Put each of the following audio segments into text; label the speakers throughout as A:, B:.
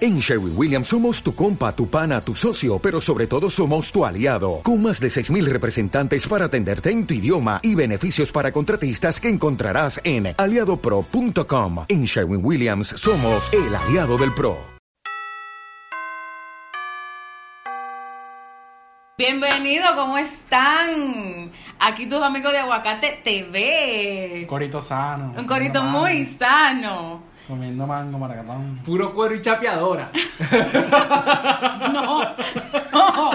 A: En Sherwin Williams somos tu compa, tu pana, tu socio, pero sobre todo somos tu aliado, con más de 6.000 representantes para atenderte en tu idioma y beneficios para contratistas que encontrarás en aliadopro.com. En Sherwin Williams somos el aliado del PRO.
B: Bienvenido, ¿cómo están? Aquí tus amigos de Aguacate TV.
C: Corito sano.
B: Un corito
C: comiendo
B: muy
C: mango,
B: sano.
C: Comiendo mango, maracatón.
D: Puro cuero y chapeadora.
B: No, no.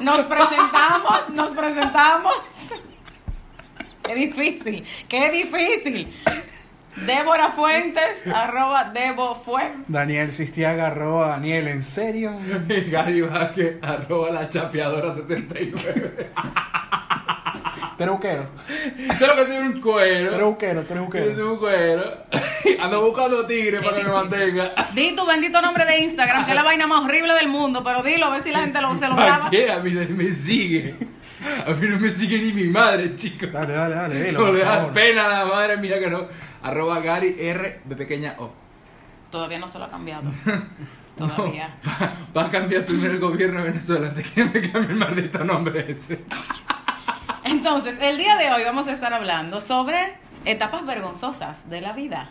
B: Nos presentamos, nos presentamos. Qué difícil, qué difícil. Débora Fuentes, arroba Debo Fue.
C: Daniel Sistiaga, arroba Daniel, ¿en serio?
D: Y Gary Vázquez, arroba la chapeadora 69.
C: Treuquero,
D: Creo que soy un cuero.
C: treuquero,
D: Yo soy
C: treuquero.
D: un cuero. Ando buscando tigre para que me mantenga.
B: Di tu bendito nombre de Instagram, que es la vaina más horrible del mundo, pero dilo, a ver si la gente lo, se lo graba.
D: ¿Para qué? A mí nadie me sigue. A mí no me sigue ni mi madre, chico.
C: Dale, dale, dale, dilo,
D: No
C: por
D: le da
C: favor.
D: pena a la madre mía que no. Arroba Gary R de pequeña O.
B: Todavía no se lo ha cambiado. Todavía.
D: Va a cambiar primero el gobierno de Venezuela antes que me cambie el maldito nombre ese.
B: Entonces, el día de hoy vamos a estar hablando sobre etapas vergonzosas de la vida.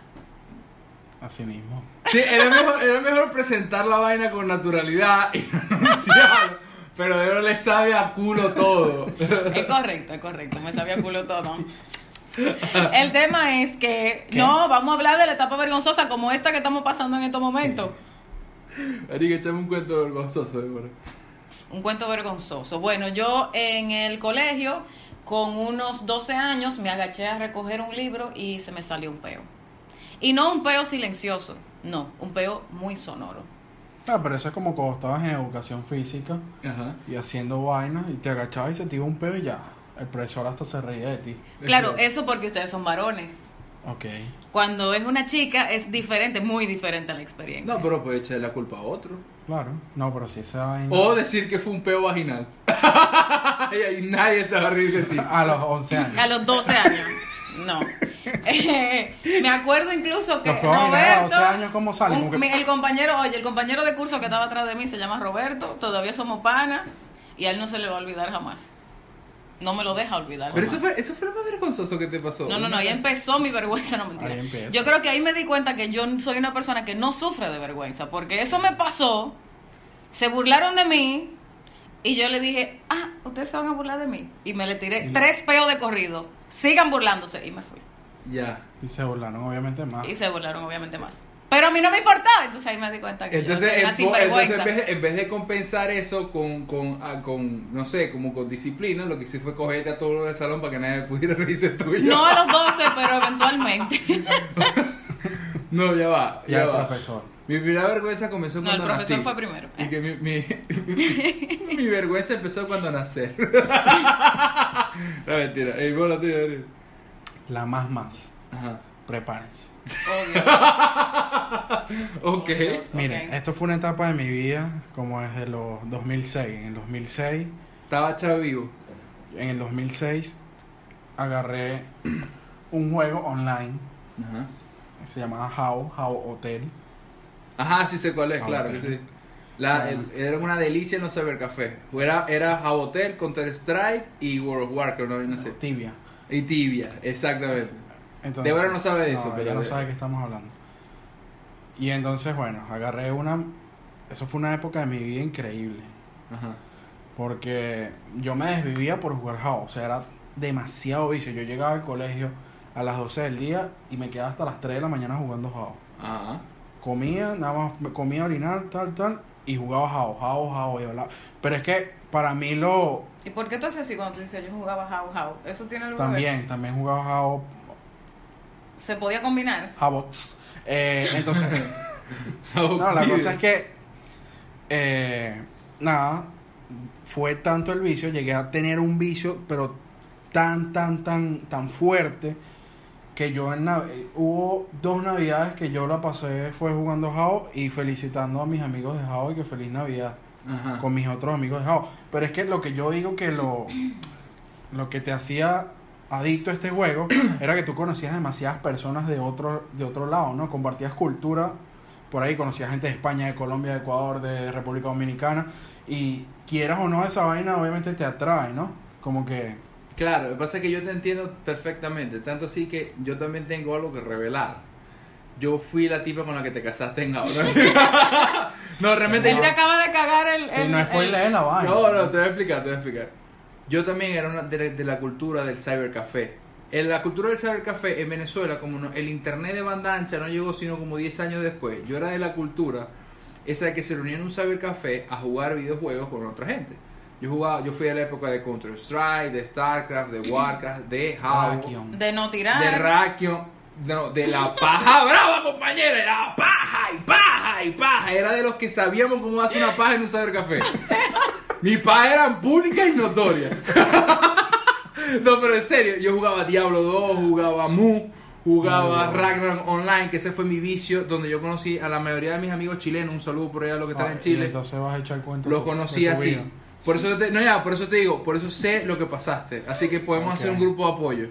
C: Así mismo.
D: Sí, era mejor, era mejor presentar la vaina con naturalidad y no anunciarlo. Pero de verdad le sabe a culo todo.
B: Es correcto, es correcto, me sabía culo todo. El tema es que no, vamos a hablar de la etapa vergonzosa como esta que estamos pasando en estos momentos.
D: Ariga, echame un cuento vergonzoso, Débora.
B: Un cuento vergonzoso. Bueno, yo en el colegio, con unos 12 años, me agaché a recoger un libro y se me salió un peo. Y no un peo silencioso, no, un peo muy sonoro.
C: Ah, pero eso es como cuando estabas en educación física
D: Ajá.
C: y haciendo vainas y te agachabas y se te iba un pedo y ya. El profesor hasta se reía de ti.
B: Claro,
D: Este,
B: eso porque ustedes son varones.
C: Ok.
B: Cuando es una chica es diferente, muy diferente a la experiencia.
D: No, pero puede echarle la culpa a otro.
C: Claro. No, pero si esa vaina...
B: Oh,
D: O decir que fue un peo vaginal. y ahí nadie te va a reír de ti.
C: A los 11
B: A
C: años.
B: los 12 años. No. Eh, me acuerdo incluso que
C: Los peos vaginales a
B: Roberto,
C: 12 años, ¿cómo salen?
B: un-
C: Como que-
B: mi- el compañero, oye, el compañero de curso que estaba atrás de mí se llama Roberto, todavía somos pana y a él no se le va a olvidar jamás. No me lo deja olvidar.
D: Pero
B: jamás.
D: eso fue, eso fue lo más vergonzoso que te pasó.
B: No, no, no, ahí empezó mi vergüenza, no mentira.
C: Ahí empieza.
B: Yo creo que ahí me di cuenta que yo soy una persona que no sufre de vergüenza, porque eso me pasó, se burlaron de mí y yo le dije, ah, ustedes se van a burlar de mí. Y me le tiré tres peos de corrido, sigan burlándose y me fui.
D: Ya.
C: Y se burlaron, obviamente, más.
B: Y se burlaron obviamente más. Pero a mí no me importaba, entonces ahí me di cuenta que
D: Entonces,
B: yo soy una
D: en- entonces
B: sinvergüenza.
D: en, vez de, en vez de compensar eso con, con, ah, con, no sé, como con disciplina, lo que hice fue cogerte a todo lo del salón para que nadie pudiera reírse tuyo.
B: No a los 12, pero eventualmente.
D: No, ya va.
C: Y
D: Ya
C: al
D: va.
C: profesor.
D: Mi primera vergüenza comenzó
B: No, el
D: cuando nací.
B: profesor fue primero.
D: Y que mi, mi, mi, mi vergüenza empezó cuando nacer. no, mentira. Ey, vos la tuya, Ariel.
C: La más más.
D: Ajá.
C: Prepárense.
B: Oh, Dios.
D: Ok.
B: Oh, Dios,
C: Miren, eh.
B: ok.
C: esto fue una etapa de mi vida como desde los 2006. En el 2006,
D: Estaba chavivo.
C: en el 2006 agarré un juego online
D: Ajá.
C: que se llamaba How, How Hotel.
D: Ajá, sí sé cuál es,
C: Ah,
D: claro.
C: ok.
D: que Sí. La- el- era una delicia no saber café. Era, era Jabotel, Counter Strike y World of Warcraft, no no sé.
C: Tibia.
D: Y tibia, exactamente.
C: Entonces,
D: Débora no sabe de eso, pero
C: ella no
D: de-
C: sabe de qué estamos hablando. Y entonces, bueno, agarré una... Eso fue una época de mi vida increíble.
D: Ajá.
C: Porque yo me desvivía por jugar How. O sea, era demasiado vicio. Yo llegaba al colegio a las 12 del día y me quedaba hasta las 3 de la mañana jugando How.
D: Ajá.
C: comía, nada más me comía, orinar, tal, tal, y jugaba jao, jao, jao, y hablaba. Pero es que para mí lo...
B: ¿Y por qué tú haces así cuando tú dices yo jugaba how how? Eso tiene algo que ver.
C: También, también jugaba jao,
B: Se podía combinar.
C: jabots. Eh, entonces, no, la cosa es que... eh, nada, fue tanto el vicio, llegué a tener un vicio, pero tan, tan, tan, tan fuerte, que yo en nav- eh, hubo dos navidades que yo la pasé, fue jugando jao y felicitando a mis amigos de jao y que feliz navidad.
D: Ajá.
C: con mis otros amigos de Jao. Pero es que lo que yo digo que lo, lo que te hacía adicto a este juego era que tú conocías demasiadas personas de otro, de otro lado, ¿no? Compartías cultura por ahí conocí a gente de España, de Colombia, de Ecuador, de República Dominicana. Y quieras o no, esa vaina obviamente te atrae, ¿no? Como que.
D: Claro, lo que pasa es que yo te entiendo perfectamente, tanto así que yo también tengo algo que revelar. Yo fui la tipa con la que te casaste en ahora. no, realmente.
B: Él te acaba de cagar el.
C: Sí,
B: el-
C: no es por
B: el-
C: leer la vaina.
D: No, no, te voy a explicar, te voy a explicar. Yo también era una de, de la cultura del cybercafé. En la cultura del cybercafé en Venezuela, como no- el internet de banda ancha no llegó sino como 10 años después, yo era de la cultura esa de que se reunía en un cybercafé a jugar videojuegos con otra gente. Yo jugaba, yo fui a la época de Counter Strike, de StarCraft, de Warcraft, de
C: Ah,
D: Halo,
C: Rakion.
B: De no tirar.
D: de Rakion, no, de la paja brava, compañera, la paja y paja y paja. Era de los que sabíamos cómo hacer una paja en un cybercafé. Mi paja eran públicas y notorias. No, pero en serio, yo jugaba Diablo 2, jugaba Mu, jugaba Ragnarok Online, que ese fue mi vicio, donde yo conocí a la mayoría de mis amigos chilenos. Un saludo por allá a los que están
C: Ah,
D: en
C: y
D: Chile.
C: Entonces vas a echar cuenta.
D: Los conocí así. Por eso, te, no, ya, por eso te digo, por eso sé lo que pasaste. Así que podemos
C: Ok.
D: hacer un grupo de apoyo.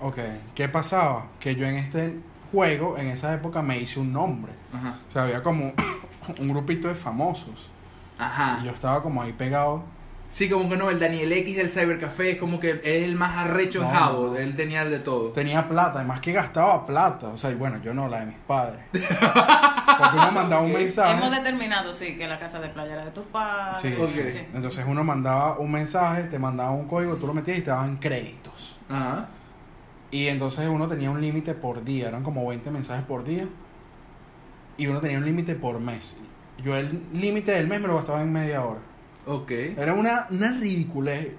C: Ok, ¿qué pasaba? Que yo en este juego, en esa época, me hice un nombre.
D: Ajá.
C: O sea, había como un grupito de famosos.
D: Ajá.
C: Y yo estaba como ahí pegado.
D: Sí, como que no, el Daniel X del Cybercafé es como que es el más arrecho en
C: No,
D: Jabo,
C: no.
D: él tenía el de todo.
C: Tenía plata, además que gastaba plata. O sea, y bueno, yo no, la de mis padres. Porque uno mandaba un
B: Hemos
C: mensaje.
B: determinado, sí, que la casa de playa era de tus padres.
C: Sí,
D: Ok.
C: sí. Entonces uno mandaba un mensaje, te mandaba un código, tú lo metías y te daban créditos.
D: Ajá.
C: Y entonces uno tenía un límite por día, eran como 20 mensajes por día. Y uno tenía un límite por mes. Yo el límite del mes me lo gastaba en media hora.
D: Ok.
C: Era una, una ridiculez.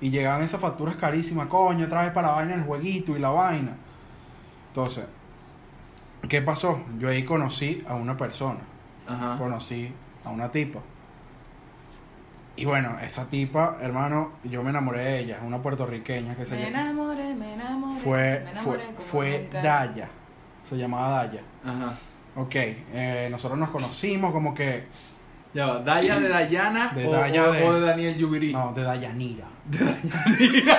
C: Y llegaban esas facturas carísimas, coño, otra vez para la vaina el jueguito y la vaina. Entonces, ¿qué pasó? Yo ahí conocí a una persona,
D: Ajá.
C: conocí a una tipa. Y bueno, esa tipa, hermano, yo me enamoré de ella, una puertorriqueña que se
B: Me
C: llama.
B: enamoré, me enamoré.
C: Fue,
B: me
C: fue,
B: enamoré como
C: fue
B: nunca.
C: Daya, se llamaba Daya.
D: Ajá.
C: Ok, eh, nosotros nos conocimos como que.
D: Ya va, Daya de Dayana
C: De
D: o,
C: Daya
D: o-
C: de-
D: o de Daniel Yubiri.
C: No, de Dayanira. De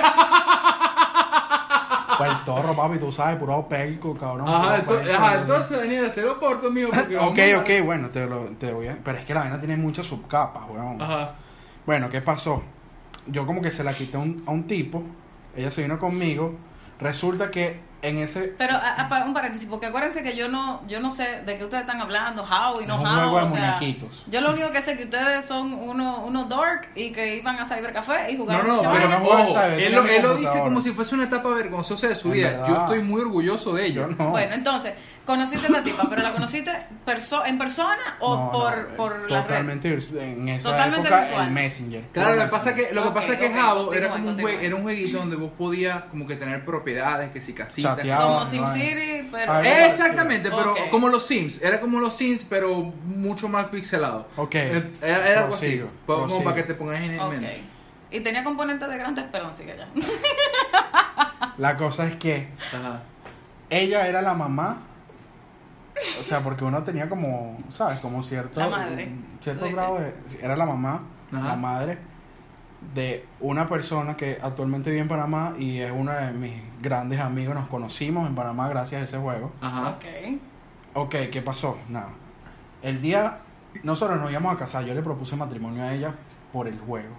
C: Dayanira. Pues el torro, papi, tú sabes, puro pelco, cabrón.
D: Ajá,
C: puro
D: ento-
C: pelco,
D: ajá,
C: no sé.
D: entonces Daniel, se lo corto mío porque vamos
C: Ok,
D: a-
C: ok, bueno, te, lo, te voy a... Pero es que la vaina tiene muchas subcapas, weón.
D: Ajá.
C: Bueno, ¿qué pasó? Yo como que se la quité a un, a un tipo. Ella se vino conmigo. Resulta que en ese...
B: Pero a- a- pa- un paréntesis, porque acuérdense que yo no, yo no sé de qué ustedes están hablando, how y no
C: Es un
B: how.
C: juego de
B: o sea,
C: muñequitos.
B: Yo lo único que sé es que ustedes son unos unos dork y que iban a Cybercafé y
D: No,
B: jugaban
D: no,
B: mucha
D: pero
B: vaina.
C: no juegan,
D: ojo,
C: ¿sabes?
D: él, lo,
C: Tienen
D: él lo dice
C: computadora.
D: como si fuese una etapa vergonzosa de su
C: En
D: vida.
C: verdad.
D: Yo estoy muy orgulloso de ello.
C: Yo no.
B: Eh, Bueno, entonces, conociste a esta tipa, pero la conociste perso- en persona o
C: No, no,
B: por,
C: eh,
B: por la red.
C: Totalmente virs- En esa
B: Totalmente
C: época,
B: virtual.
C: en Messenger.
D: Claro,
C: Puro
D: lo que pasa
C: Messenger.
D: que, lo que,
B: Ok,
D: pasa es que
B: ok,
D: Jabo
B: continúa,
D: era como un, jue-
B: continúa.
D: era un jueguito donde vos podías como que tener propiedades, que si casitas.
C: Chateaba.
B: Como
C: Ah,
B: SimCity,
C: no,
B: pero.
C: ah,
B: Eh,
C: parecido.
D: Exactamente, pero
B: Ok.
D: como los Sims, era como los Sims, pero mucho más pixelado.
C: Ok.
D: Eh, Era, era algo así,
C: Prosigo,
D: pa- como
C: prosigo.
D: para que te pongas en el
B: ok.
D: mente.
B: Y tenía componentes de grandes, perdón, sigue ya.
C: La cosa es que...
D: Ajá.
C: ella era la mamá. O sea, porque uno tenía como, ¿sabes? Como cierto.
B: La madre, tú
C: Cierto
B: dices.
C: grado de. Era la mamá,
D: Ajá.
C: la madre de una persona que actualmente vive en Panamá y es uno de mis grandes amigos. Nos conocimos en Panamá gracias a ese juego.
D: Ajá.
B: Ok.
C: Ok, ¿qué pasó? Nada. El día. Nosotros nos íbamos a casar. Yo le propuse matrimonio a ella por el juego.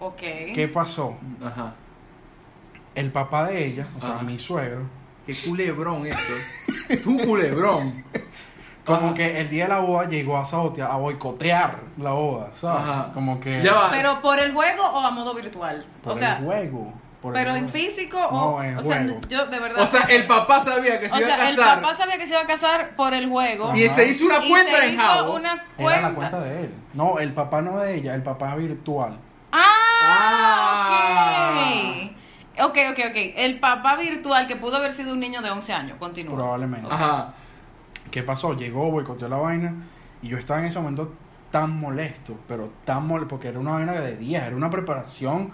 B: Ok.
C: ¿Qué pasó?
D: Ajá.
C: El papá de ella, o sea,
D: Ajá.
C: mi suegro,
D: Qué culebrón esto. Tú culebrón.
C: Como
D: Ajá.
C: que el día de la boda llegó a sabotear, a boicotear la boda, ¿sabes?
D: Ajá.
C: Como que.
D: Ya va.
B: Pero por el juego o a modo virtual.
C: Por
B: o sea,
C: el juego. por el
B: pero en
C: juego.
B: físico
C: No,
B: o.
C: en
B: o sea,
C: juego.
B: yo de verdad.
D: O sea, el papá sabía que se
B: O
D: iba
B: sea,
D: a
B: el
D: casar.
B: papá sabía que se iba a casar por el juego.
D: Y
C: Ajá.
D: se hizo una
B: Y
D: cuenta
B: se
D: en
B: hizo
D: Jabo.
B: una
C: Era la
B: cuenta.
C: cuenta de él. No, el papá no de ella, el papá virtual.
B: Ah,
D: Ah.
B: ok. Ok, ok, ok. El papá virtual que pudo haber sido un niño de 11 años. Continúa.
C: Probablemente.
D: Ajá.
C: ¿Qué pasó? Llegó, boicoteó la vaina. Y yo estaba en ese momento tan molesto, pero tan molesto, porque era una vaina de día, era una preparación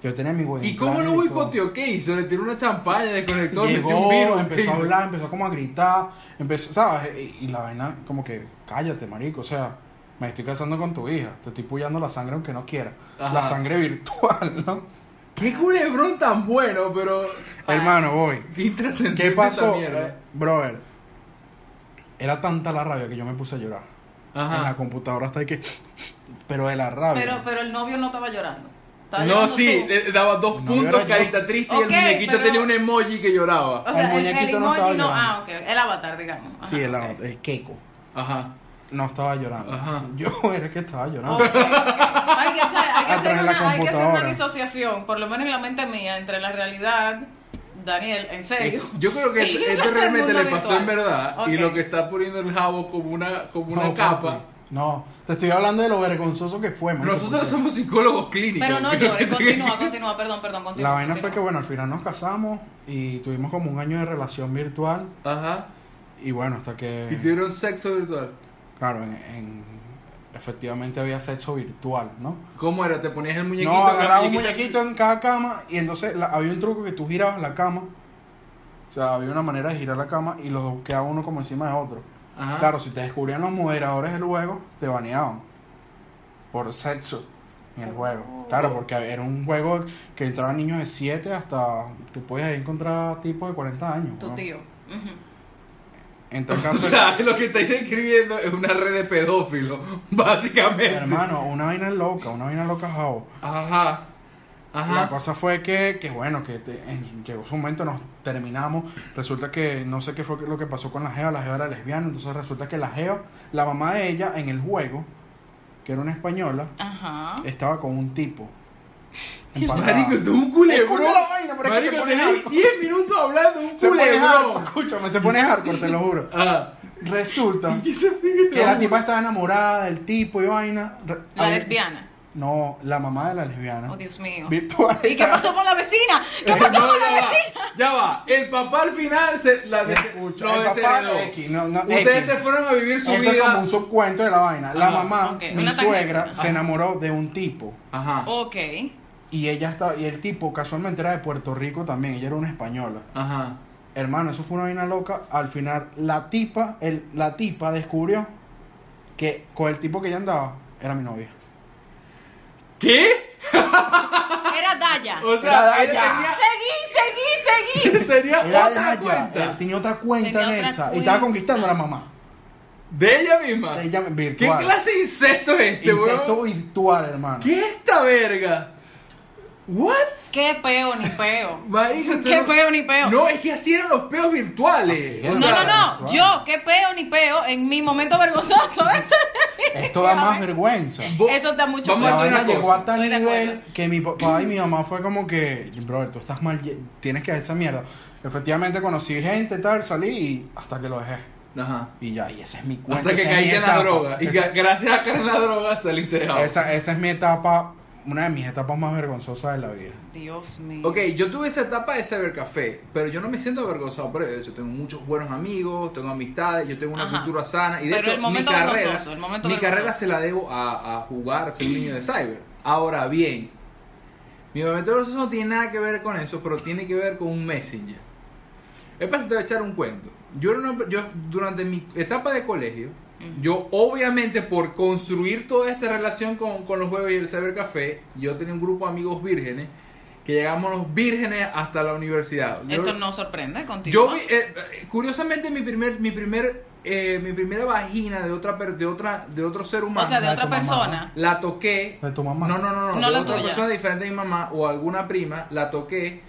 C: que yo tenía en mi güey.
D: ¿Y cómo lo boicoteó? ¿Qué hizo? Le tiró una champaña, desconectó, metió
C: Llegó,
D: un virus. ¿qué
C: empezó a
D: hizo?
C: hablar, empezó como a gritar, empezó, ¿sabes? E, Y, y la vaina como que, cállate, marico, o sea, me estoy casando con tu hija, te estoy puyando la sangre aunque no quiera.
D: Ajá.
C: La sangre virtual, ¿no?
D: Qué culebrón tan bueno, pero.
B: Vale.
C: Hermano, voy.
D: Qué intrascendente.
C: ¿Qué Eh,
D: esta
C: pasó?
D: mierda.
C: eh, brother, Era tanta la rabia que yo me puse a llorar.
D: Ajá.
C: En la computadora hasta que. Pero de la rabia.
B: Pero, pero el novio no estaba llorando. Estaba
D: No,
B: llorando
D: sí,
B: tú.
D: eh, daba dos
C: No,
D: puntos,
C: era yo.
D: carita triste,
B: Ok,
D: y el muñequito
B: pero-
D: tenía un emoji que lloraba.
B: O sea,
C: El
B: el, el
C: muñequito no
B: emoji
C: estaba
B: no.
C: llorando.
B: Ah, ok. El avatar, digamos. Ajá,
C: sí, el,
B: ok.
C: el queco.
D: Ajá.
C: No estaba llorando.
D: Ajá.
C: Yo era que estaba
B: Ok,
C: llorando.
B: ok. Hay que hacer- hay que
C: Atrás
B: hacer
C: de la
B: una- hay que hacer una
C: computadora.
B: disociación, por lo menos en la mente mía, entre la realidad, Daniel, en
D: Eh,
B: serio.
D: Yo creo que
B: Y
D: este
B: el
D: realmente
B: mundo
D: le pasó
B: virtual.
D: en verdad y
B: Ok.
D: lo que está poniendo el jabo como una, como una
C: No,
D: capa.
C: papi, No, te estoy hablando de lo vergonzoso que fue, man.
D: Nosotros somos psicólogos clínicos.
B: Pero no llores, continúa, continúa, perdón, perdón, continúa.
C: La vaina fue
B: continúa.
C: que, bueno, al final nos casamos y tuvimos como un año de relación virtual.
D: Ajá.
C: Y bueno, hasta
D: Y
C: que.
D: tuvieron sexo virtual.
C: Claro, en, en- efectivamente había sexo virtual, ¿no?
D: ¿Cómo era? ¿Te ponías el muñequito?
C: No,
D: la
C: agarraba un
D: muñequita
C: muñequito en cada cama y entonces la- había un truco que tú girabas la cama. O sea, había una manera de girar la cama y los dos quedaba uno como encima de otro.
D: así?
B: Ah.
D: Ajá.
C: Claro, si te descubrían los moderadores del juego, te baneaban. Por sexo en el
B: Oh.
C: juego. Claro, porque era un juego que entraban niños de 7 hasta. Tú podías ahí encontrar tipos de 40 años.
B: Tu
C: ¿no?
B: tío. Ujú.
C: En tal
D: O
C: caso,
D: sea, lo que estáis describiendo es una red de pedófilos, básicamente.
C: hermano, una vaina loca, una vaina loca, jao.
D: Ajá.
C: La
D: Ajá.
C: cosa fue que, que bueno, que te- en- llegó su momento, nos terminamos. Resulta que no sé qué fue lo que pasó con la Jeva, la Jeva era lesbiana, entonces resulta que la Jeva, la mamá de ella en el juego, que era una española,
B: Ajá.
C: estaba con un tipo. Empatada.
D: Marico, tú un culebrón.
C: Escucha la vaina, pero es que
D: Marico,
C: se pone
D: tenés
C: hardcore.
D: 10 minutos hablando de un
C: Se pone hardcore,
D: culebrón.
C: escúchame, se pone hardcore, te lo juro.
D: Ah.
C: Resulta
D: ¿Y esa fíjate?
C: que la tipa estaba enamorada del tipo y vaina. Re-
B: La
C: al-
B: lesbiana.
C: No, la mamá de la lesbiana.
B: Oh, Dios mío.
C: Virtual.
B: ¿Y qué pasó con la vecina? ¿Qué
D: Ah. Eh,
B: pasó
D: no,
B: con la
D: ya va,
B: vecina?
D: Ya va. El papá al final se la
C: Me
D: de,
C: escucho.
D: lo
C: El papá,
D: desheredó.
C: X, no, no,
D: Ustedes
C: X.
D: se fueron a vivir su
C: Esto es como
D: vida.
C: un subcuento de la vaina. La
D: Ah,
C: mamá,
B: ok,
C: mi
B: una tangente.
C: suegra, se
D: Ah.
C: enamoró de un tipo.
D: Ajá.
C: Oh.
B: Ok.
C: Y ella estaba, y el tipo casualmente era de Puerto Rico también, ella era una española.
D: Ajá.
C: Hermano, eso fue una vaina loca. Al final, la tipa, el, la tipa descubrió que con el tipo que ella andaba era mi novia.
D: ¿Qué?
B: Era Daya.
D: O
C: Era
D: sea, él
C: Daya.
B: Seguí, seguí, seguí.
D: tenía, tenía
C: Era
D: otra
C: Daya,
D: cuenta
C: era- tenía otra cuenta
B: Tenía
C: en
B: otra
C: esa. Y
B: cuenta.
C: estaba conquistando a la mamá.
D: de ella misma.
C: De ella virtual.
D: Ah. ¿Qué clase de incesto es este,
C: Insecto
D: weón?
C: virtual, hermano.
D: ¿Qué es esta verga? ¿What?
B: Qué peo ni peo.
D: Marico, tú
B: Qué
D: no-
B: peo ni peo.
D: No, es que así eran los peos virtuales.
C: Así
D: O
B: No,
C: era.
D: sea,
B: no, no.
C: Wow.
B: Yo, qué peo ni peo en mi momento vergonzoso.
C: Esto da más vergüenza.
D: vos-
B: Esto da mucho
D: Vamos
B: peo.
C: La
D: a hacer
C: vaina
D: una
C: llegó
D: cosa.
C: a tal
B: Estoy de
C: nivel
B: acuerdo.
C: que mi papá y mi mamá fue como que, brother, tú estás mal, ye- tienes que dejar esa mierda. Efectivamente conocí gente, tal, salí y hasta que lo dejé.
D: Ajá.
C: Y ya, y esa es mi cuenta.
D: Hasta que
C: esa es mi
D: caíste en la
C: etapa.
D: droga. Y
C: esa,
D: que gracias a caer en la droga saliste de jabo.
C: esa, esa es mi etapa, una de mis etapas más vergonzosas de la vida.
B: Dios mío.
D: Ok, yo tuve esa etapa de cybercafé, pero yo no me siento avergonzado por eso. Tengo muchos buenos amigos, tengo amistades, yo tengo una
B: Ajá.
D: cultura sana. Y de
B: Pero
D: hecho,
B: el momento
D: mi carrera,
B: vergonzoso, el momento
D: mi
B: vergonzoso.
D: carrera se la debo a, a jugar, a ser un niño de cyber. Ahora bien, mi momento vergonzoso no tiene nada que ver con eso, pero tiene que ver con un messenger. Es para te voy a echar un cuento. Yo, era una- yo durante mi etapa de colegio, yo obviamente por construir toda esta relación con, con los juegos y el cybercafé, yo tenía un grupo de amigos vírgenes que llegamos los vírgenes hasta la universidad. Yo-
B: Eso no sorprende contigo.
D: yo vi, eh, eh, curiosamente mi primer, mi primer, eh, mi primera vagina de otra, per- de otra, de otro ser humano.
B: O sea,
C: de
B: de otra
C: tu mamá.
B: persona.
D: la toqué.
C: De tu mamá.
D: No, no, no, no.
B: No
D: de
B: la
D: otra
B: tuya.
D: persona diferente a mi mamá o alguna prima, la toqué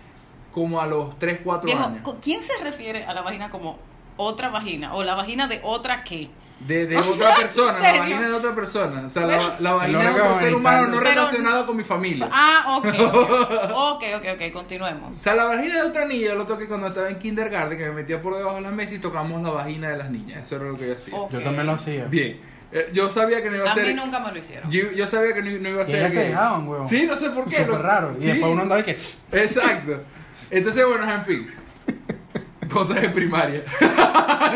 D: como a los 3, 4
B: Viejo,
D: años.
B: cu- ¿quién se refiere a la vagina como otra vagina? O la vagina de otra qué?
D: De, de
B: O
D: otra
B: sea,
D: persona,
B: ¿en
D: la
B: serio?
D: vagina de otra persona. O sea, la, la vagina de
C: órgano
D: otro ser
C: genital.
D: humano no
B: Pero-
D: relacionado con mi familia.
B: Ah, ok. Ok, ok, ok, ok, continuemos.
D: O sea, la vagina de otra niña yo lo toqué cuando estaba en kindergarten, que me metía por debajo de las mesas y tocábamos la vagina de las niñas. Eso era lo que yo hacía.
B: Ok.
C: Yo también lo hacía.
D: Bien. Eh, yo sabía que no iba a,
B: Oh. A
D: ser.
B: mí nunca me lo hicieron.
D: Yo, yo sabía que no, no iba a
C: Y
D: ser.
C: ellas se
D: gay.
C: dejaban, weón.
D: Sí, no sé por qué.
C: Súper
D: lo-
C: raro. Y
D: sí,
C: después uno andaba y que,
D: Exacto. Entonces, bueno, en fin. Cosas de primaria,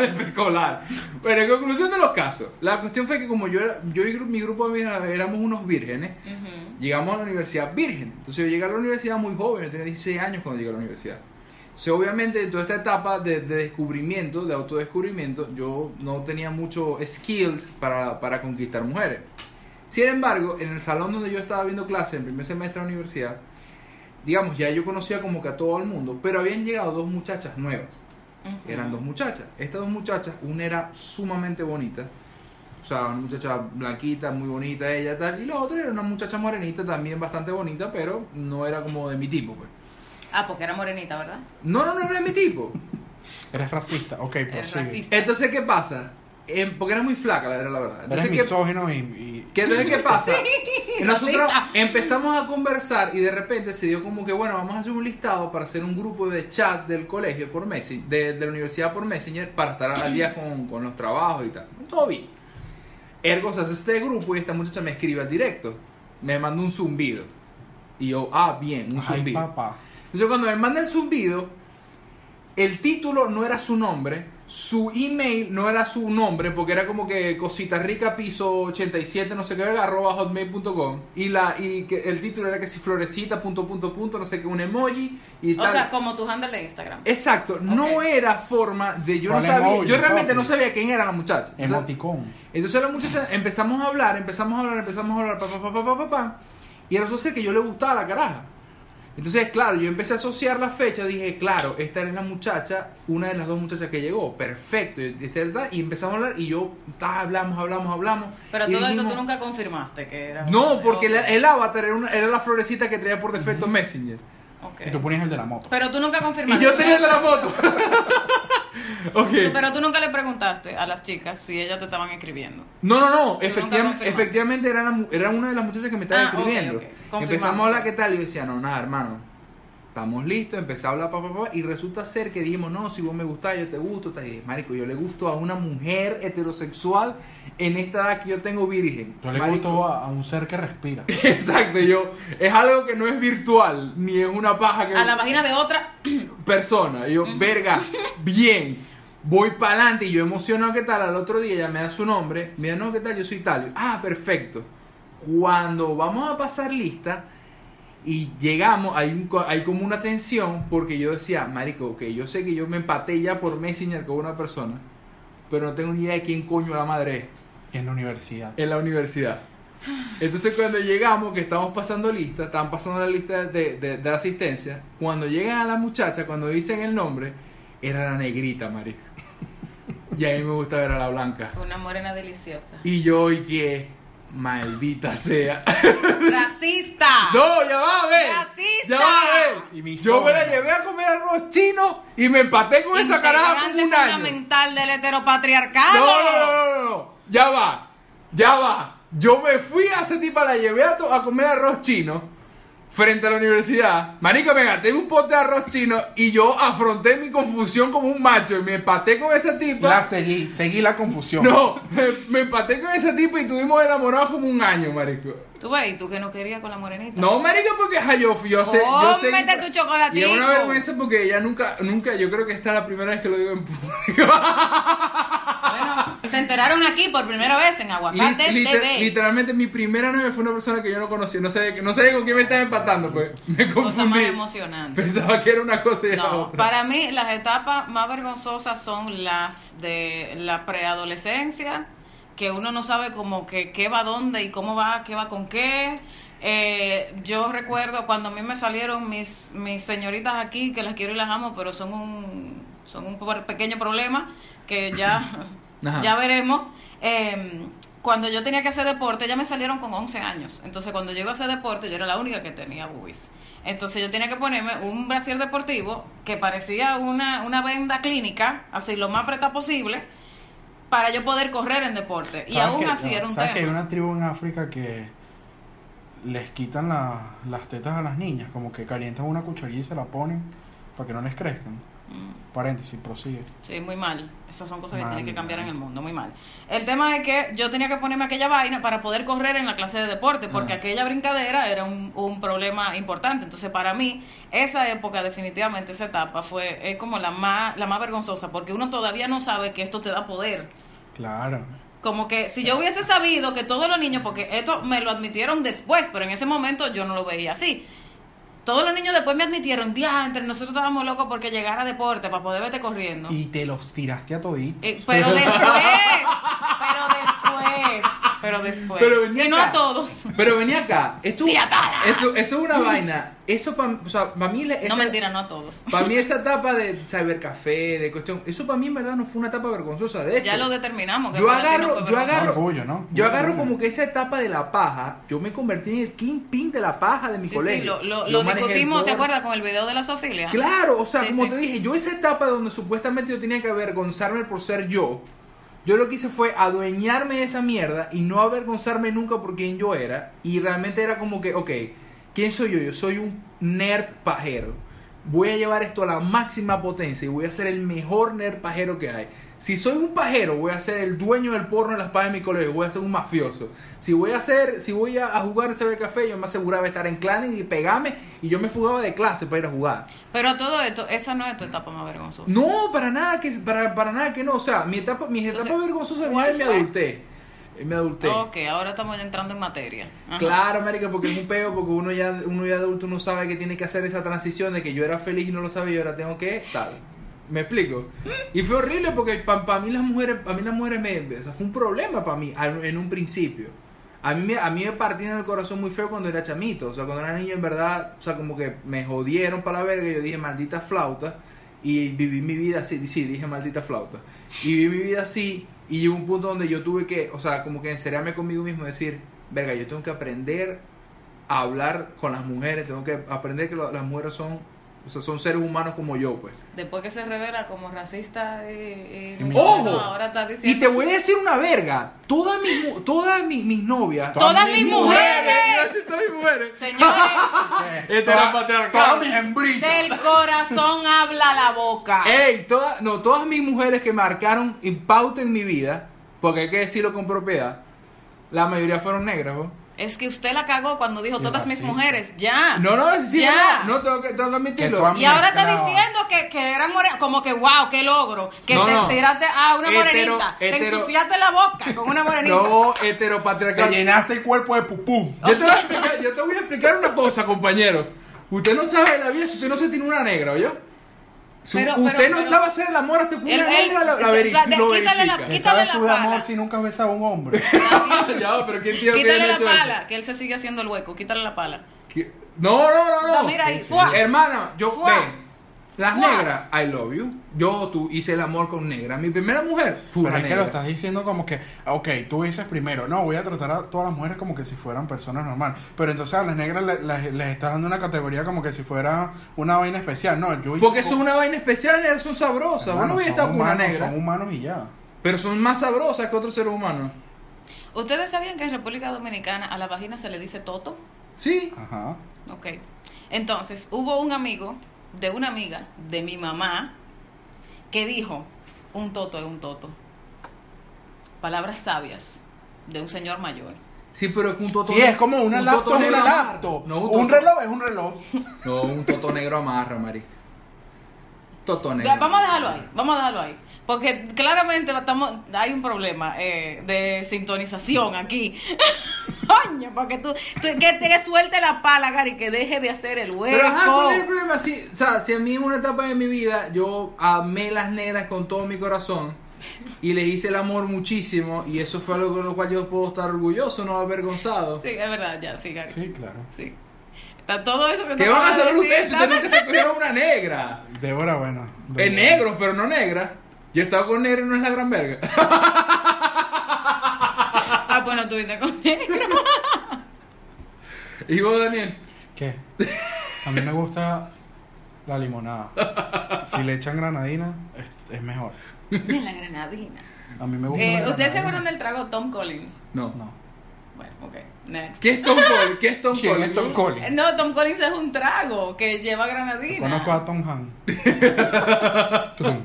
D: de preescolar. Bueno, en conclusión de los casos, la cuestión fue que como yo, era- yo y gru- mi grupo de amigos éramos unos vírgenes,
B: Ujú.
D: llegamos a la universidad virgen. Entonces yo llegué a la universidad muy joven, yo tenía 16 años cuando llegué a la universidad. Entonces obviamente en toda esta etapa de, de descubrimiento, de autodescubrimiento, yo no tenía mucho skills para, para conquistar mujeres. Sin embargo, en el salón donde yo estaba viendo clase en primer semestre de la universidad, digamos, ya yo conocía como que a todo el mundo, pero habían llegado dos muchachas nuevas. Eran dos muchachas. Estas dos muchachas, una era sumamente bonita, o sea, una muchacha blanquita, muy bonita ella tal, y la otra era una muchacha morenita también bastante bonita, pero no era como de mi tipo, pues.
B: Ah, porque era morenita, ¿verdad?
D: No, no, no era de mi tipo.
C: Eres racista, ok,
B: Eres
C: prosigue.
B: racista.
D: Entonces, ¿qué pasa? Em, porque era muy flaca, la verdad, la verdad. Entonces,
C: Eres
D: ¿qué-
C: misógino y, y-
D: ¿Qué, entonces, ¿qué pasa?
B: Sí,
D: Nosotros
B: racista.
D: empezamos a conversar y de repente se dio como que, bueno, vamos a hacer un listado para hacer un grupo de chat del colegio por Messenger, de, de la universidad por Messenger, para estar al día con, con los trabajos y tal. Todo bien. Ergo se hace este grupo y esta muchacha me escribe al directo. Me manda un zumbido. Y yo, ah, bien, un
C: Ay,
D: zumbido.
C: papá.
D: Entonces cuando me manda el zumbido, el título no era su nombre, su email no era su nombre, porque era como que cosita rica piso 87, no sé qué, verga, arroba hotmail.com. Y, la, y que el título era que si florecita, punto, punto, punto, no sé qué, un emoji y
B: O
D: tal.
B: sea, como tu handle de Instagram.
D: Exacto, no
B: Ok.
D: era forma de yo no
C: ¿Cuál
D: sabía,
C: emoji,
D: yo realmente
C: papi?
D: no sabía quién era la muchacha. O sea,
C: Emoticón.
D: entonces la muchacha empezamos a hablar, empezamos a hablar, empezamos a hablar, pa, pa, pa, pa, pa, pa, pa, y resulta ser que yo le gustaba la caraja. Entonces, claro, yo empecé a asociar la fecha, dije, claro, esta es la muchacha, una de las dos muchachas que llegó, perfecto, y, esta era tal, y empezamos a hablar y yo, ta, hablamos, hablamos, hablamos.
B: Pero
D: y
B: todo esto
D: dijimos-
B: tú nunca confirmaste que era.
D: No, porque
B: Ok.
D: la- el avatar era, una- era la florecita que traía por defecto Messenger.
B: Ok.
D: eh,
C: Y tú ponías el de la moto.
B: Pero tú nunca
D: Y
B: confirmaste.
D: yo tenía el de la moto. ok.
B: Tú- Pero tú nunca le preguntaste a las chicas si ellas te estaban escribiendo.
D: No, no, no,
B: nunca
D: efectivamente,
B: confirmaste.
D: efectivamente era, la mu- era una de las muchachas que me estaba
B: Ah, ok,
D: escribiendo.
B: ok, confirmamos.
D: Empezamos a hablar qué tal y yo decía, no, nada, hermano, estamos listos, empecé a hablar, papá, papá, y resulta ser que dijimos, no, si vos me gustás, yo te gusto, tal, y dije, marico, yo le gusto a una mujer heterosexual en esta edad que yo tengo virgen.
C: Yo le
D: Marico,
C: gusto a, a un ser que respira.
D: Exacto, yo, es algo que no es virtual, ni es una paja que...
B: A la vagina de otra.
D: persona. Y yo, verga, bien. Voy para adelante y yo emocionado, ¿qué tal? Al otro día ya me da su nombre. Mira, no, ¿qué tal? Yo soy tal. Ah, perfecto. Cuando vamos a pasar lista y llegamos, hay, un co- hay como una tensión porque yo decía, Marico, ok, yo sé que yo me empaté ya por Messenger con una persona, pero no tengo ni idea de quién coño la madre es
C: Y en la universidad.
D: en la universidad. Entonces cuando llegamos, que estamos pasando lista, están pasando la lista de, de, de la asistencia, cuando llegan a la muchacha, cuando dicen el nombre, era la negrita, María. Y a mí me gusta ver a la blanca.
B: Una morena deliciosa.
D: Y yo, y que, maldita sea.
B: ¡Racista!
D: No, ya va a ver.
B: ¡Racista!
D: Ya va a
C: Y
D: ver. Yo
C: misógino.
D: me la llevé a comer arroz chino y me empaté con esa caraja como
B: Integrante
D: un año.
B: fundamental del heteropatriarcado.
D: No, no, no, no, no. Ya va. Ya va. Yo me fui a esa tipa, la llevé a, to- a comer arroz chino frente a la universidad. Marico, me gasté un pote de arroz chino y yo afronté mi confusión como un macho y me empaté con esa tipa.
C: La seguí, seguí la confusión.
D: No, me empaté con esa tipa y estuvimos enamorados como un año, marico.
B: Tú ves, y tú que no querías con la morenita.
D: No, marico, porque ajá, yo fui, yo sé, yo sé.
B: Cómete tu chocolatico.
D: Y es una vergüenza porque ella nunca, nunca, yo creo que esta es la primera vez que lo digo en público.
B: Bueno, se enteraron aquí por primera vez en Aguacate
D: Lit- liter-
B: TV.
D: Literalmente mi primera novia fue una persona que yo no conocía, no sabía, que- no sabía con quién me estaba empatando, pues me
B: Cosa más
D: confundí.
B: emocionante.
D: Pensaba que era una cosa y era
B: No,
D: otra.
B: para mí las etapas más vergonzosas son las de la preadolescencia, que uno no sabe como que qué va dónde y cómo va, qué va con qué. Eh, yo recuerdo cuando a mí me salieron mis, mis señoritas aquí, que las quiero y las amo, pero son un, son un por- pequeño problema que ya,
D: Ajá.
B: ya veremos. Eh, cuando yo tenía que hacer deporte, ya me salieron con 11 años. Entonces, cuando llego a hacer deporte, yo era la única que tenía boobies. Entonces, yo tenía que ponerme un brasier deportivo que parecía una, una venda clínica, así lo más preta posible, para yo poder correr en deporte. Y
C: ¿Sabes
B: aún
C: que-
B: así era un
C: ¿sabes
B: tema.
C: que hay una tribu en África que les quitan la- las tetas a las niñas? Como que calientan una cucharilla y se la ponen para que no les crezcan.
B: Mm.
C: Paréntesis, prosigue.
B: Sí, muy mal. Esas son cosas que
C: Mal,
B: tienen que cambiar
C: mal.
B: en el mundo, muy mal. El tema es que yo tenía que ponerme aquella vaina para poder correr en la clase de deporte,
C: Ah.
B: porque aquella brincadera era un, un problema importante. Entonces, para mí, esa época, definitivamente, esa etapa fue es como la más, la más vergonzosa, porque uno todavía no sabe que esto te da poder.
C: Claro.
B: Como que si yo hubiese sabido que todos los niños, porque esto me lo admitieron después, pero en ese momento yo no lo veía así. Todos los niños después me admitieron, diantre, nosotros estábamos locos porque llegara a deporte para poder verte corriendo.
C: Y te los tiraste a todito.
B: Eh, pero después, pero después. Pero después.
D: Pero venía
B: que no
D: acá.
B: a todos.
D: Pero venía acá. Esto,
B: Sí, atada.
D: Eso, eso es una vaina. Eso para o sea, pa mí. le-
B: No
D: eso-
B: mentira, no a todos.
D: Para mí esa etapa de cybercafé, de cuestión, eso para mí en verdad no fue una etapa vergonzosa. De hecho,
B: Ya lo determinamos. que
D: Yo
B: para ti no
D: agarro-
B: fue
D: yo
B: vergonzoso.
D: agarro-
C: Orgullo, ¿no?
D: yo agarro como que esa etapa de la paja, yo me convertí en el kingpin de la paja de mi
B: Sí,
D: colegio.
B: sí, lo, lo,
D: Yo
B: lo
D: manejé el
B: discutimos, ¿te
D: board.
B: acuerdas? Con el video de la sofilia.
D: Claro, o sea,
B: Sí,
D: como
B: sí.
D: te dije, yo esa etapa donde supuestamente yo tenía que avergonzarme por ser yo, yo lo que hice fue adueñarme de esa mierda y no avergonzarme nunca por quién yo era. Y realmente era como que, ok, ¿quién soy yo? Yo soy un nerd pajero. Voy a llevar esto a la máxima potencia y voy a ser el mejor nerd pajero que hay. Si soy un pajero, voy a ser el dueño del porno en las pajas de mi colegio, voy a ser un mafioso. Si voy a hacer, si voy a, a jugar ese café, yo me aseguraba de estar en clan y pegarme y yo me fugaba de clase para ir a jugar.
B: Pero a todo esto, esa no es tu etapa más vergonzosa.
D: No, para nada que para, para nada que no, o sea, mi etapa mis
B: Entonces,
D: etapas vergonzosas
B: ¿cuál
D: vienen en mi
B: fue?
D: adultez. En mi adultez.
B: Ok, ahora estamos entrando en materia. Ajá.
D: Claro, marica, porque es un peo, porque uno ya uno ya adulto no sabe que tiene que hacer esa transición de que yo era feliz y no lo sabía y ahora tengo que tal. ¿Me explico? Y fue horrible porque para mí las mujeres, a mí las mujeres me, o sea, fue un problema para mí al- en un principio. A mí, me- a mí me partían el corazón muy feo cuando era chamito, o sea, cuando era niño en verdad, o sea, como que me jodieron para la verga y yo dije, maldita flauta, y viví mi vida así, sí, dije maldita flauta, y viví mi vida así, y llegó un punto donde yo tuve que, o sea, como que encerrarme conmigo mismo y decir, verga, yo tengo que aprender a hablar con las mujeres, tengo que aprender que lo- las mujeres son, o sea, son seres humanos como yo, pues.
B: Después que se revela como racista eh, y, y
D: ¡Ojo!
B: misógino, ahora está
D: Y
B: diciendo.
D: te voy a decir una verga, todas mis, mu- todas mis, mis novias...
B: ¡Todas mis mujeres!
D: Gracias, Todas mis mujeres.
B: Señores,
D: Esto era patriarcado.
C: Todos Eh, mis hembritas.
B: del corazón habla la boca.
D: Ey, toda- no, todas mis mujeres que marcaron y pauta en mi vida, porque hay que decirlo con propiedad, la mayoría fueron negras, ¿no?
B: Es que usted la cagó cuando dijo
C: Qué
B: todas mis
C: racista.
B: mujeres. Ya.
D: No, no, sí,
B: Ya.
D: no, no, tengo que, tengo que admitirlo.
C: Que todas
B: Y ahora está
C: Mezclado.
B: diciendo que, que eran morenas. Como que, wow, qué logro. Que
D: No,
B: te
D: no.
B: tiraste a una
D: Hetero-
B: morenita. te
D: hetero-
B: ensuciaste la boca con una morenita.
D: No,
C: Te
D: heteropatriarcal.
C: llenaste el cuerpo de pupú.
D: Yo te, voy a explicar, yo te voy a explicar una cosa, compañero. Usted no sabe la vida si usted no se tiene una negra, ¿oyó? Si
B: Pero-
D: usted
B: pero-
D: no
B: pero-
D: sabe hacer el amor hasta que una
B: El- el-
D: negra la, la
B: la-
D: veri-
B: la-
D: lo
B: quítale la-
C: ¿Qué
D: verifica. Ah,
B: Quítale
C: sabes
B: la
C: tú de amor
B: pala.
C: si nunca has besado a un hombre?
D: ya, pero ¿quién tío que
B: Quítale
D: haya
B: la
D: hecho eso?
B: pala, que él se sigue haciendo el hueco. Quítale la pala.
D: ¿Qué? No, no, no, no.
B: No, mira ahí,
D: Sí,
B: fuá.
D: sí. Hermana, yo
B: Fuá.
D: ven, Las
B: Fuá.
D: negras, I love you. Yo tú hice el amor con negra. Mi primera mujer fue
C: Pero
D: una
C: es que lo
D: negra.
C: estás diciendo como que, ok, tú dices primero, no, voy a tratar a todas las mujeres como que si fueran personas normales. Pero entonces a las negras le- las- les, estás dando una categoría como que si fuera una vaina especial. No, yo hice
D: Porque son una vaina especial, las negras son sabrosas.
C: Hermano,
D: Vos no voy a
C: son
D: estar con una
C: humanos,
D: negra.
C: Son humanos y ya.
D: Pero son más sabrosas que otros seres humanos.
B: ¿Ustedes sabían que en República Dominicana a la vagina se le dice toto?
D: Sí.
C: Ajá.
B: Ok. Entonces, hubo un amigo de una amiga de mi mamá que dijo, un toto es un toto. Palabras sabias de un señor mayor.
D: Sí, pero es que un toto.
C: Sí, es como una
D: un toto
C: laptop, es una
D: negro amarra.
C: laptop.
D: No,
C: un
D: toto-
C: reloj es un reloj.
D: No, un toto negro amarra, Mari. Toto negro.
B: Ya, Vamos a dejarlo ahí, vamos a dejarlo ahí. Porque claramente estamos, hay un problema eh, de sintonización aquí. Coño, para que tú, tú- que te suelte la pala, Gary, que deje de hacer el hueco.
D: Pero ajá, ¿cuál es el problema? Si, o sea, si a mí en una etapa de mi vida yo amé las negras con todo mi corazón y les hice el amor muchísimo y eso fue algo con lo cual yo puedo estar orgulloso, no avergonzado.
B: Sí, es verdad, ya, sí, Gary. Sí.
C: Sí, claro.
B: Está todo eso que
D: ¿Qué
B: tú
D: van a
B: acabas de
D: saber
B: decir,
D: ustedes si
B: está-
D: ustedes nunca se cogieron una negra?
C: Débora, bueno.
D: Es negros, pero no negra. Yo he estado con negro y no es la gran verga.
B: Ah, bueno, tuviste con negro.
D: Y vos, Daniel.
C: ¿Qué? A mí me gusta la limonada. Si le echan granadina, es, es mejor.
B: Mira la granadina.
C: A mí me gusta.
B: Eh,
C: la
B: ¿Ustedes se acuerdan
C: granadina.
B: del trago Tom Collins?
D: No.
C: No.
B: Bueno, ok, next.
D: ¿Qué es Tom Collins? ¿Qué es Tom
C: ¿Quién
D: Collins?
C: es Tom Collins?
B: Eh, No, Tom Collins es un trago que lleva granadina.
C: Conozco a Tom Han. Tudum.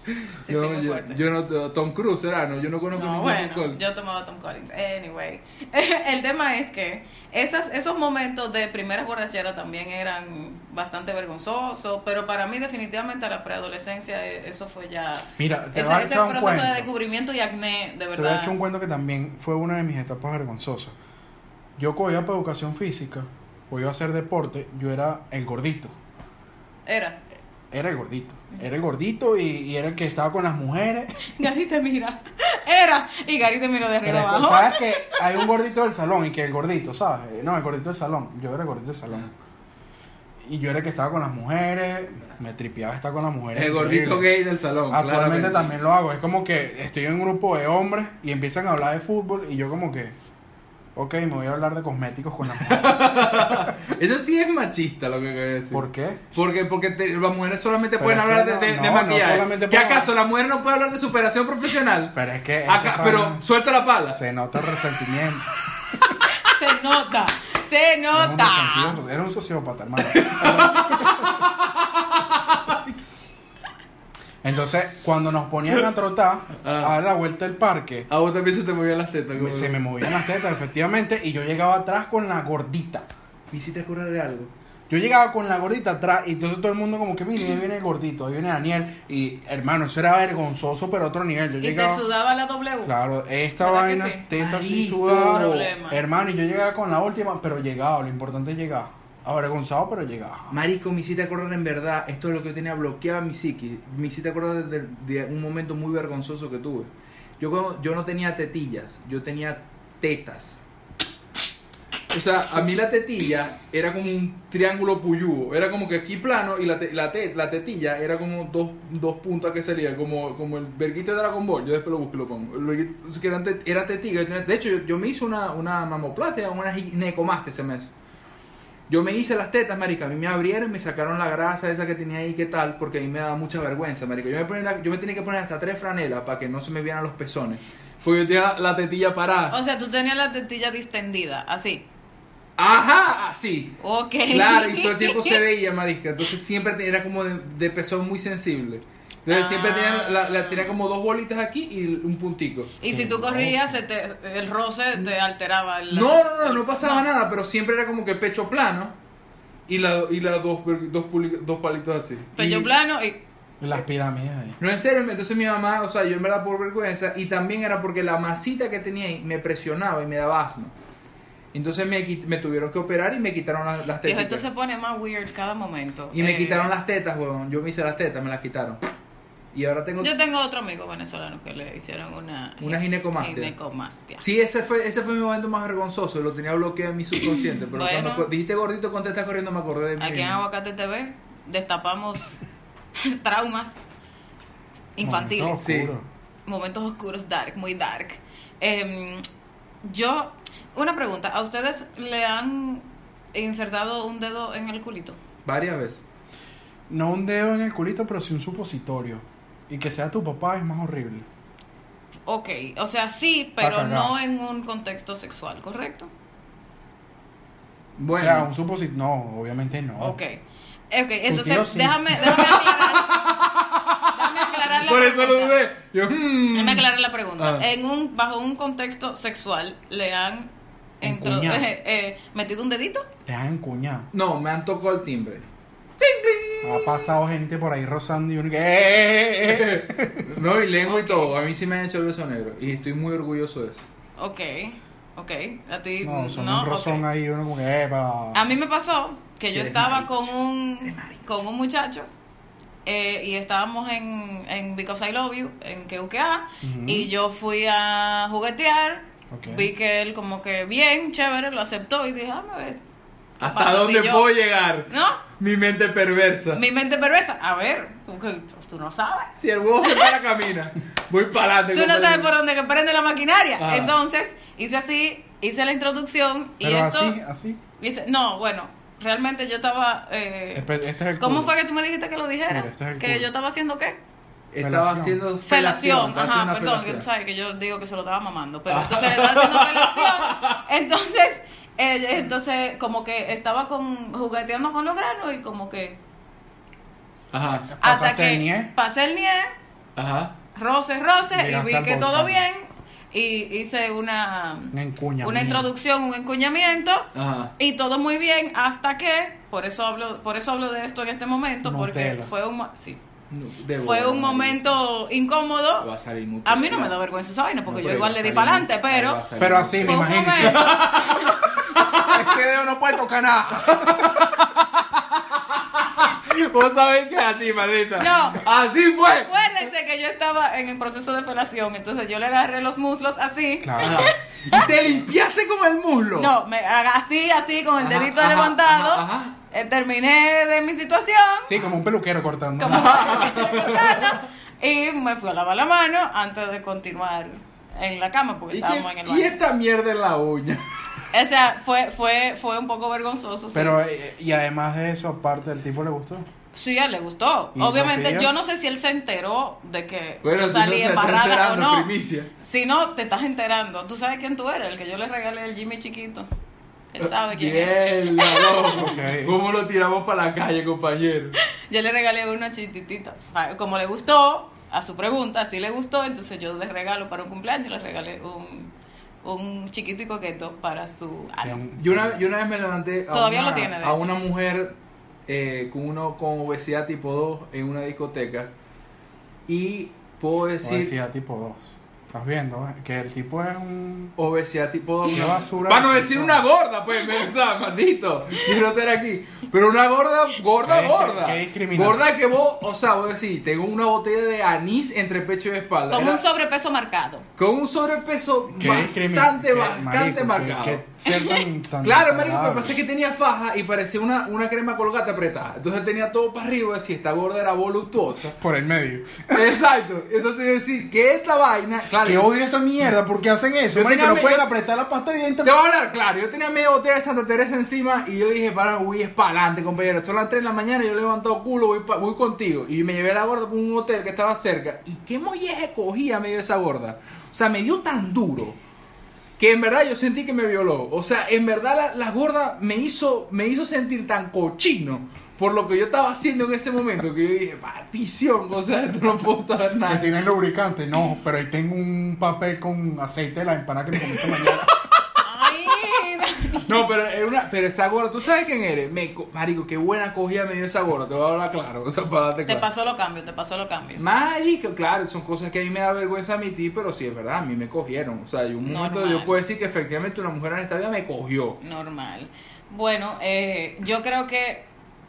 B: Sí,
D: yo,
B: sí, muy
D: yo-
B: fuerte.
D: yo no, Tom Cruise, ¿verdad? No, yo no conozco
B: No,
D: ningún Tom
B: bueno,
D: Collins.
B: yo tomaba Tom Collins. Anyway, el tema es que esas, esos momentos de primera borrachera también eran bastante vergonzosos, pero para mí definitivamente a la preadolescencia eh, eso fue ya...
C: Mira, te
B: ese
C: voy a
B: ese
C: echar un
B: proceso
C: cuento.
B: de descubrimiento y acné, de
C: Te voy a
B: verdad.
C: echar un cuento que también fue una de mis etapas vergonzosas. Yo cogía para educación física, o iba a hacer deporte, yo era el gordito.
B: Era.
C: Era el gordito. Era el gordito y, y era el que estaba con las mujeres.
B: Gary te mira. Era. Y Gary te miró de arriba
C: Pero,
B: abajo.
C: ¿Sabes que hay un gordito del salón y que el gordito, ¿sabes? Eh, No, el gordito del salón. Yo era el gordito del salón. Y yo era el que estaba con las mujeres. Me tripeaba estar con las mujeres.
D: El gordito
C: Increíble.
D: gay del salón.
C: Actualmente
D: claramente.
C: también lo hago. Es como que estoy en un grupo de hombres y empiezan a hablar de fútbol y yo como que, ok, me voy a hablar de cosméticos con las mujeres.
D: Eso sí es machista lo que voy a decir.
C: ¿Por qué?
D: Porque, porque te- las mujeres solamente
C: Pero
D: pueden
C: es que
D: hablar de,
C: no-
D: de- de
C: no, no
D: maquillaje.
C: solamente
D: ¿Qué
C: pueden-
D: acaso la mujer no puede hablar de superación profesional?
C: Pero es que...
D: Acá-
C: este
D: pero
C: pana
D: suelta la pala.
C: Se nota el resentimiento.
B: Se nota. Se
C: Era un
B: nota.
C: resentido, era un sociópata, hermano. Entonces, cuando nos ponían a trotar,
D: Ah.
C: a dar la vuelta del parque,
D: A vos también se te movían las tetas.
C: me-
D: como-
C: se me movían las tetas, efectivamente, y yo llegaba atrás con la gordita.
D: Me hiciste acordar de algo.
C: Yo llegaba con la gordita atrás y entonces todo el mundo como que, mira, ahí viene el gordito, ahí viene Daniel. Y, hermano, eso era vergonzoso, pero a otro nivel. Yo
B: Y te
C: llegaba...
B: sudaba la W.
C: Claro, esta
B: ¿Verdad que
C: vaina,
B: sí?
C: tetas
D: Ahí,
C: sin
B: sin
C: sudar.
B: problema.
C: Hermano, y yo llegaba con la última, pero llegaba, lo importante es llegar. Avergonzado, pero llegaba.
D: Marico, me hiciste acordar en verdad, esto es lo que yo tenía bloqueada mi psiqui. Me hiciste acordar de, de un momento muy vergonzoso que tuve. Yo, cuando- yo no tenía tetillas, yo tenía tetas. O sea, a mí la tetilla era como un triángulo puyúo. Era como que aquí plano y la, te- la, te- la tetilla era como dos, dos puntas que salían, como, como el verguito de Dragon Ball. Yo después lo busco y lo pongo. El verguito- que eran te- era tetilla. De hecho, yo, yo me hice una, una mamoplastia, una ginecomastia ese mes. Yo me hice las tetas, marica. A mí me abrieron y me sacaron la grasa esa que tenía ahí, qué tal, porque a mí me daba mucha vergüenza, marica. Yo me, ponía la- yo me tenía que poner hasta tres franelas para que no se me vieran los pezones. Porque yo tenía la tetilla parada.
B: O sea, tú tenías la tetilla distendida, así.
D: Ajá, así.
B: Ok.
D: Claro, y todo el tiempo se veía, marica. Entonces siempre te- era como de, de pezón muy sensible. Entonces siempre
B: Ah.
D: tenía, la, la- tenía como dos bolitas aquí y un puntico.
B: Y si tú corrías, se te- el roce te alteraba. el-
D: No, no, no, no pasaba nada, pero siempre era como que pecho plano y la, y la dos, dos, puli- dos palitos así.
B: Pecho
D: Y-
B: Pues plano y.
C: Y Las pirámides ahí.
D: No, en serio, entonces mi mamá, o sea, yo en verdad por vergüenza, y también era porque la masita que tenía ahí me presionaba y me daba asma. Entonces me, qui- me tuvieron que operar y me quitaron las, las
B: Viejo,
D: tetas.
B: esto se pone más weird cada momento.
D: Y me
B: Eh,
D: quitaron las tetas, weón. Yo me hice las tetas, me las quitaron. Y ahora tengo...
B: Yo tengo otro amigo venezolano que le hicieron una.
D: Una ginecomastia.
B: ginecomastia.
D: Sí, ese fue, ese fue mi momento más vergonzoso, lo tenía bloqueado en mi subconsciente, pero
B: Bueno.
D: cuando co- dijiste gordito con tetas corriendo me acordé de mí.
B: Aquí en
D: mismo.
B: Aguacate TV destapamos traumas infantiles.
C: Momentos
D: Sí.
C: oscuros.
B: momentos oscuros, dark, muy dark. Em, yo, una pregunta, ¿a ustedes le han insertado un dedo en el culito?
D: Varias veces.
C: No un dedo en el culito, pero sí un supositorio. Y que sea tu papá es más horrible.
B: Ok, o sea, sí,
C: Pa'
B: pero
C: cagar.
B: no en un contexto sexual, ¿correcto?
D: Bueno,
C: O sea, un supositorio. No, obviamente no.
B: Ok. Ok, entonces
C: tío sí.
B: déjame, déjame aclarar. déjame aclarar la
D: por eso lo
B: pregunta.
D: dudé. Yo, mm.
B: Déjame aclarar la pregunta.
D: Ah.
B: En un, bajo un contexto sexual, ¿le han entro-
C: Encuñado.
B: eh, eh, metido un dedito?
C: Te han encuñado.
D: No, me han tocado el timbre.
C: Ha pasado gente por ahí rozando y uno que. ¡Eh, eh, eh, eh!
D: No, y lengua y todo. A mí sí me han hecho el beso negro. Y estoy muy orgulloso de eso.
B: Ok, ok. A ti
C: No, son
B: no,
C: un rozón
B: ok.
C: ahí uno como que. ¡Epa!
B: A mí me pasó que yo
D: Eres
B: estaba
D: marico,
B: con
D: eres
B: un
D: marico.
B: con un muchacho eh, y estábamos en, en Because I Love You, en Keuquea,
C: Ujú.
B: y yo fui a juguetear,
C: Ok.
B: vi que él como que bien, chévere, lo aceptó y dije, a ver. ¿qué
D: ¿Hasta
B: pasa
D: dónde
B: si yo-"
D: puedo llegar?
B: ¿No?
D: Mi mente perversa.
B: Mi mente perversa, a ver, porque tú no sabes.
D: Si el huevo se para, camina. Voy para adelante.
B: Tú no sabes por dónde que prende la maquinaria.
C: Ah.
D: Ajá.
B: Entonces, hice así, hice la introducción y
C: Pero
B: esto...
C: así, así.
B: Dice, no, bueno, realmente yo estaba. eh,
C: Espe- Este es el
B: ¿Cómo
C: culo.
B: fue que tú me dijiste que lo dijera?
C: Mira, este es el
B: que
C: culo.
B: yo estaba haciendo qué?
D: Estaba
C: Felación.
D: haciendo
B: Felación,
D: felación. estaba haciendo
B: ajá,
D: una
B: perdón, que tú
D: felación.
B: sabes que yo digo que se lo estaba mamando, pero entonces le estaba haciendo felación. Entonces, eh, entonces como que estaba con jugueteando con los granos y como que
D: Ajá,
B: hasta
C: Pasaste
B: que
C: el nie.
B: pasé el nie,
D: ajá.
B: roce, roce y
C: Llegaste
B: vi
C: al
B: que
C: volcán.
B: todo bien y hice una
C: Una encuña.
B: una
C: mía.
B: introducción, un encuñamiento.
D: Ajá.
B: Y todo muy bien hasta que, por eso hablo, por eso hablo de esto en este momento, porque
C: Nutella.
B: fue un, mo- sí,
D: No, debo,
B: fue un
D: marico.
B: momento
D: Va
B: incómodo.
D: a salir muy
B: A mí no me da
D: pegado.
B: vergüenza esa vaina, porque yo
D: No, pero
B: igual
D: va
B: le
D: a
B: di
D: salir
B: para
D: muy-
B: adelante,
D: ahí va
B: pero
D: a salir
C: Pero
D: muy-
C: así, me
B: fue un
C: imagino.
B: momento.
C: Este dedo no puede tocar nada.
D: Vos sabés que así, maldita.
B: No.
D: Así fue.
B: Acuérdense que yo estaba en el proceso de felación, entonces yo le agarré los muslos así.
C: Claro.
D: Ajá. Y te limpiaste con el muslo.
B: No, me, así, así, con el
D: Ajá,
B: dedito
D: ajá,
B: levantado.
D: ajá, ajá.
B: Eh, terminé de mi situación.
C: Sí, como un peluquero cortando.
B: como y me fui a lavar la mano antes de continuar en la cama porque
D: ¿Y,
B: estábamos
D: qué-
B: en el
D: y
B: baño.
D: esta mierda en la uña.
B: O sea, fue, fue, fue un poco vergonzoso. sí.
C: Pero, eh, y además de eso, aparte, ¿el tipo le gustó?
B: Sí, a él le gustó.
C: ¿Y
B: Obviamente,
C: Sofía?
B: yo no sé si él se enteró de que
D: Bueno,
B: yo
D: si
B: salí
D: no se está
B: embarrada o
D: enterando,
B: no.
D: primicia.
B: Si no, te estás enterando. Tú sabes quién tú eres, el que yo le regalé el Jimmy chiquito. Él sabe quién es.
D: Eh, Bien, loco.
C: Ok.
D: ¿Cómo lo tiramos para la calle, compañero?
B: Yo le regalé uno chititito. Ah, Como le gustó, a su pregunta, si le gustó, entonces yo de regalo para un cumpleaños le regalé un, un chiquito y coqueto para su ano.
D: Yo una, yo una vez me levanté a,
B: Todavía
D: una,
B: lo tiene, de
D: a
B: hecho.
D: una mujer eh, con, uno, con obesidad tipo 2 en una discoteca y puedo decir obesidad,
C: Obesidad tipo 2. ¿Estás viendo? eh? Que el tipo es un...
D: tipo 2.
C: Qué basura.
D: Para no decir una gorda, pues, me, o sea, maldito. Quiero ser aquí. Pero una gorda, gorda,
C: Qué discri-
D: gorda.
C: qué discriminante.
D: gorda que vos, o sea, vos decís, tengo una botella de anís entre pecho y espalda.
B: Con
D: Era-
B: un sobrepeso marcado.
D: con un sobrepeso
C: que es crimen-
D: bastante,
C: que-
D: bastante
C: marico,
D: marcado.
C: Que, que ser tan, tan
D: Claro, marico, lo que
C: desagradable.
D: pasa es que tenía faja y parecía una, una crema colgate apretada. Entonces tenía todo para arriba, decía, esta gorda era voluptuosa.
C: Por el medio.
D: Exacto. Entonces yo decía, que esta vaina... Claro,
C: Que odio esa mierda, ¿por qué hacen eso?
D: Yo
C: marico,
D: tenía
C: no
D: me-
C: pueden
D: yo-
C: apretar la pasta de dientes.
D: Te voy a hablar, claro, yo tenía media botella de Santa Teresa encima y yo dije, para, uy, es para adelante, compañero. Son las 3 de la mañana, yo he levantado culo, voy, pa- voy contigo. Y me llevé la gorda con un hotel que estaba cerca. ¿Y qué molleje cogía medio esa gorda? O sea, me dio tan duro que en verdad yo sentí que me violó. O sea, en verdad la, la gorda me hizo, me hizo sentir tan cochino por lo que yo estaba haciendo en ese momento que yo dije, patición, o sea, esto no puedo saber
C: Que
D: nada.
C: tienen lubricante, no, pero ahí tengo un papel con aceite de la empanada que me comí esta mañana.
B: Ay,
D: No, pero era una, pero esa gorda, ¿tú sabes quién eres? Me, co- marico, qué buena cogida me dio esa gorda, te voy a hablar claro, o sea, para darte
B: te
D: claro.
B: pasó lo cambio, te pasó lo cambio.
D: Marico, claro, son cosas que a mí me da vergüenza admitir, pero sí, es verdad, a mí me cogieron. O sea, hay un momento
B: Normal.
D: yo puedo decir que efectivamente una mujer en esta vida me cogió.
B: Normal. Bueno, eh, yo creo que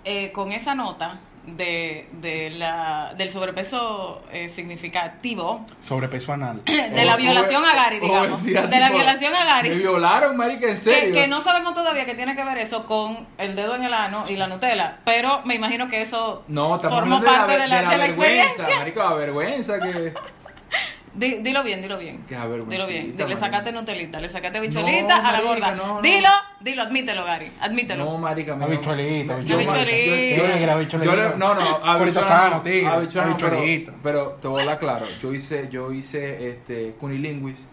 B: eh, con esa nota de, de la, del sobrepeso eh, significativo,
C: Sobrepeso anal.
B: de la
D: O-
B: violación a Gary, digamos,
D: obesidad,
B: de la
D: tipo,
B: violación a Gary,
D: Me violaron, marico, en
B: Que,
D: serio.
B: que no sabemos todavía qué tiene que ver eso con el dedo en el ano y la Nutella, pero me imagino que eso
D: No, estamos
B: formó
D: hablando
B: parte
D: ver-
B: de la, de la
D: vergüenza,
B: experiencia.
D: marico, la vergüenza que...
B: Di- dilo bien, dilo bien.
D: Qué vergüenza,
B: Dilo bien.
D: marica.
B: le sacaste Nutelita, le sacaste bicholita
D: No,
B: a la
D: marica,
B: gorda.
D: no, no.
B: Dilo, dilo, admítelo, Gary, admítelo.
D: No, marica, me
C: La bichuelita,
D: Yo-
B: bichuelita.
D: yo-
B: Bichuelita.
D: yo-
C: Negra, bichuelita.
D: yo le- No, no, a
C: Por
D: bichuela
C: eso sano,
D: no,
C: tigre,
D: a bichuela no, pero-
C: bichuelita.
D: Pero te voy a hablar claro. Yo hice, yo hice este, cunilingüis.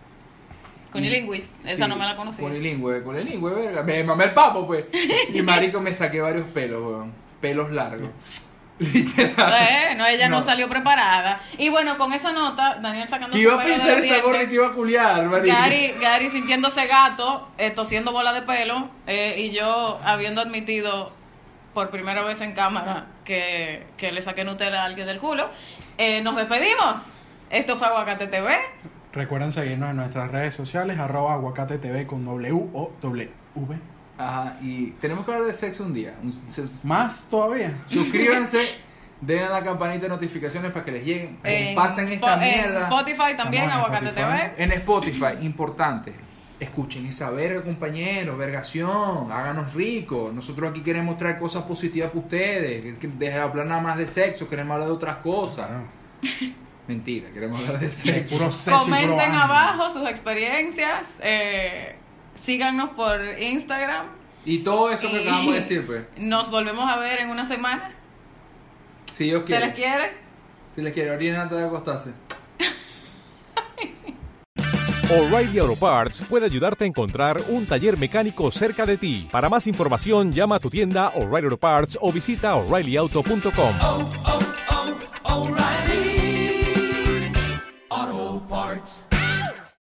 B: Cunilingüis, esa no me la conocí.
D: Cunilingüe, cunilingüe, verga. Me mamé el papo, pues. Y marico, me saqué varios pelos, weón. Pelos largos. Literal.
B: Bueno, ella no.
D: No.
B: salió preparada. Y bueno, con esa nota, Daniel sacando
D: Que
B: su
D: iba a
B: pelo de los
D: pensar esa
B: dientes.
D: gorda y que iba a culiar, marico.
B: Gary, Gary sintiéndose gato, eh, tosiendo bola de pelo, eh, y yo habiendo admitido por primera vez en cámara que, que le saqué Nutella a alguien del culo, eh, nos despedimos. Esto fue Aguacate TV.
C: Recuerden seguirnos en nuestras redes sociales, arroba aguacate TV con W o W.
D: Ajá, y tenemos que hablar de sexo un día. Un- se-
C: Más todavía.
D: Suscríbanse, den a la campanita de notificaciones para que les lleguen.
B: En,
D: Compartan esta
B: Spo- en
D: mierda.
B: Spotify también,
C: Estamos en
B: Aguacate
C: Spotify.
B: TV.
D: En Spotify, importante. Escuchen esa verga, compañeros, vergación, háganos ricos. Nosotros aquí queremos traer cosas positivas para ustedes. que- que Dejen de hablar nada más de sexo, queremos hablar de otras cosas.
C: Claro.
D: Mentira, queremos hablar de
C: Sí,
D: sexo.
C: puro sexo y puro
B: Comenten
C: ano.
B: abajo sus experiencias. eh, síganos por Instagram.
D: Y todo eso que
B: Y-
D: acabamos de decir, pues.
B: Nos volvemos a ver en una semana.
D: Si Dios
B: ¿Se les
D: quiere.
B: quiere?
D: Si les quiere, orinar antes de acostarse.
E: O'Reilly Auto Parts puede ayudarte a encontrar un taller mecánico cerca de ti. Para más información, llama a tu tienda O'Reilly Auto Parts o visita oreillyauto.com.
F: oh, oh, O'Reilly. Auto Parts.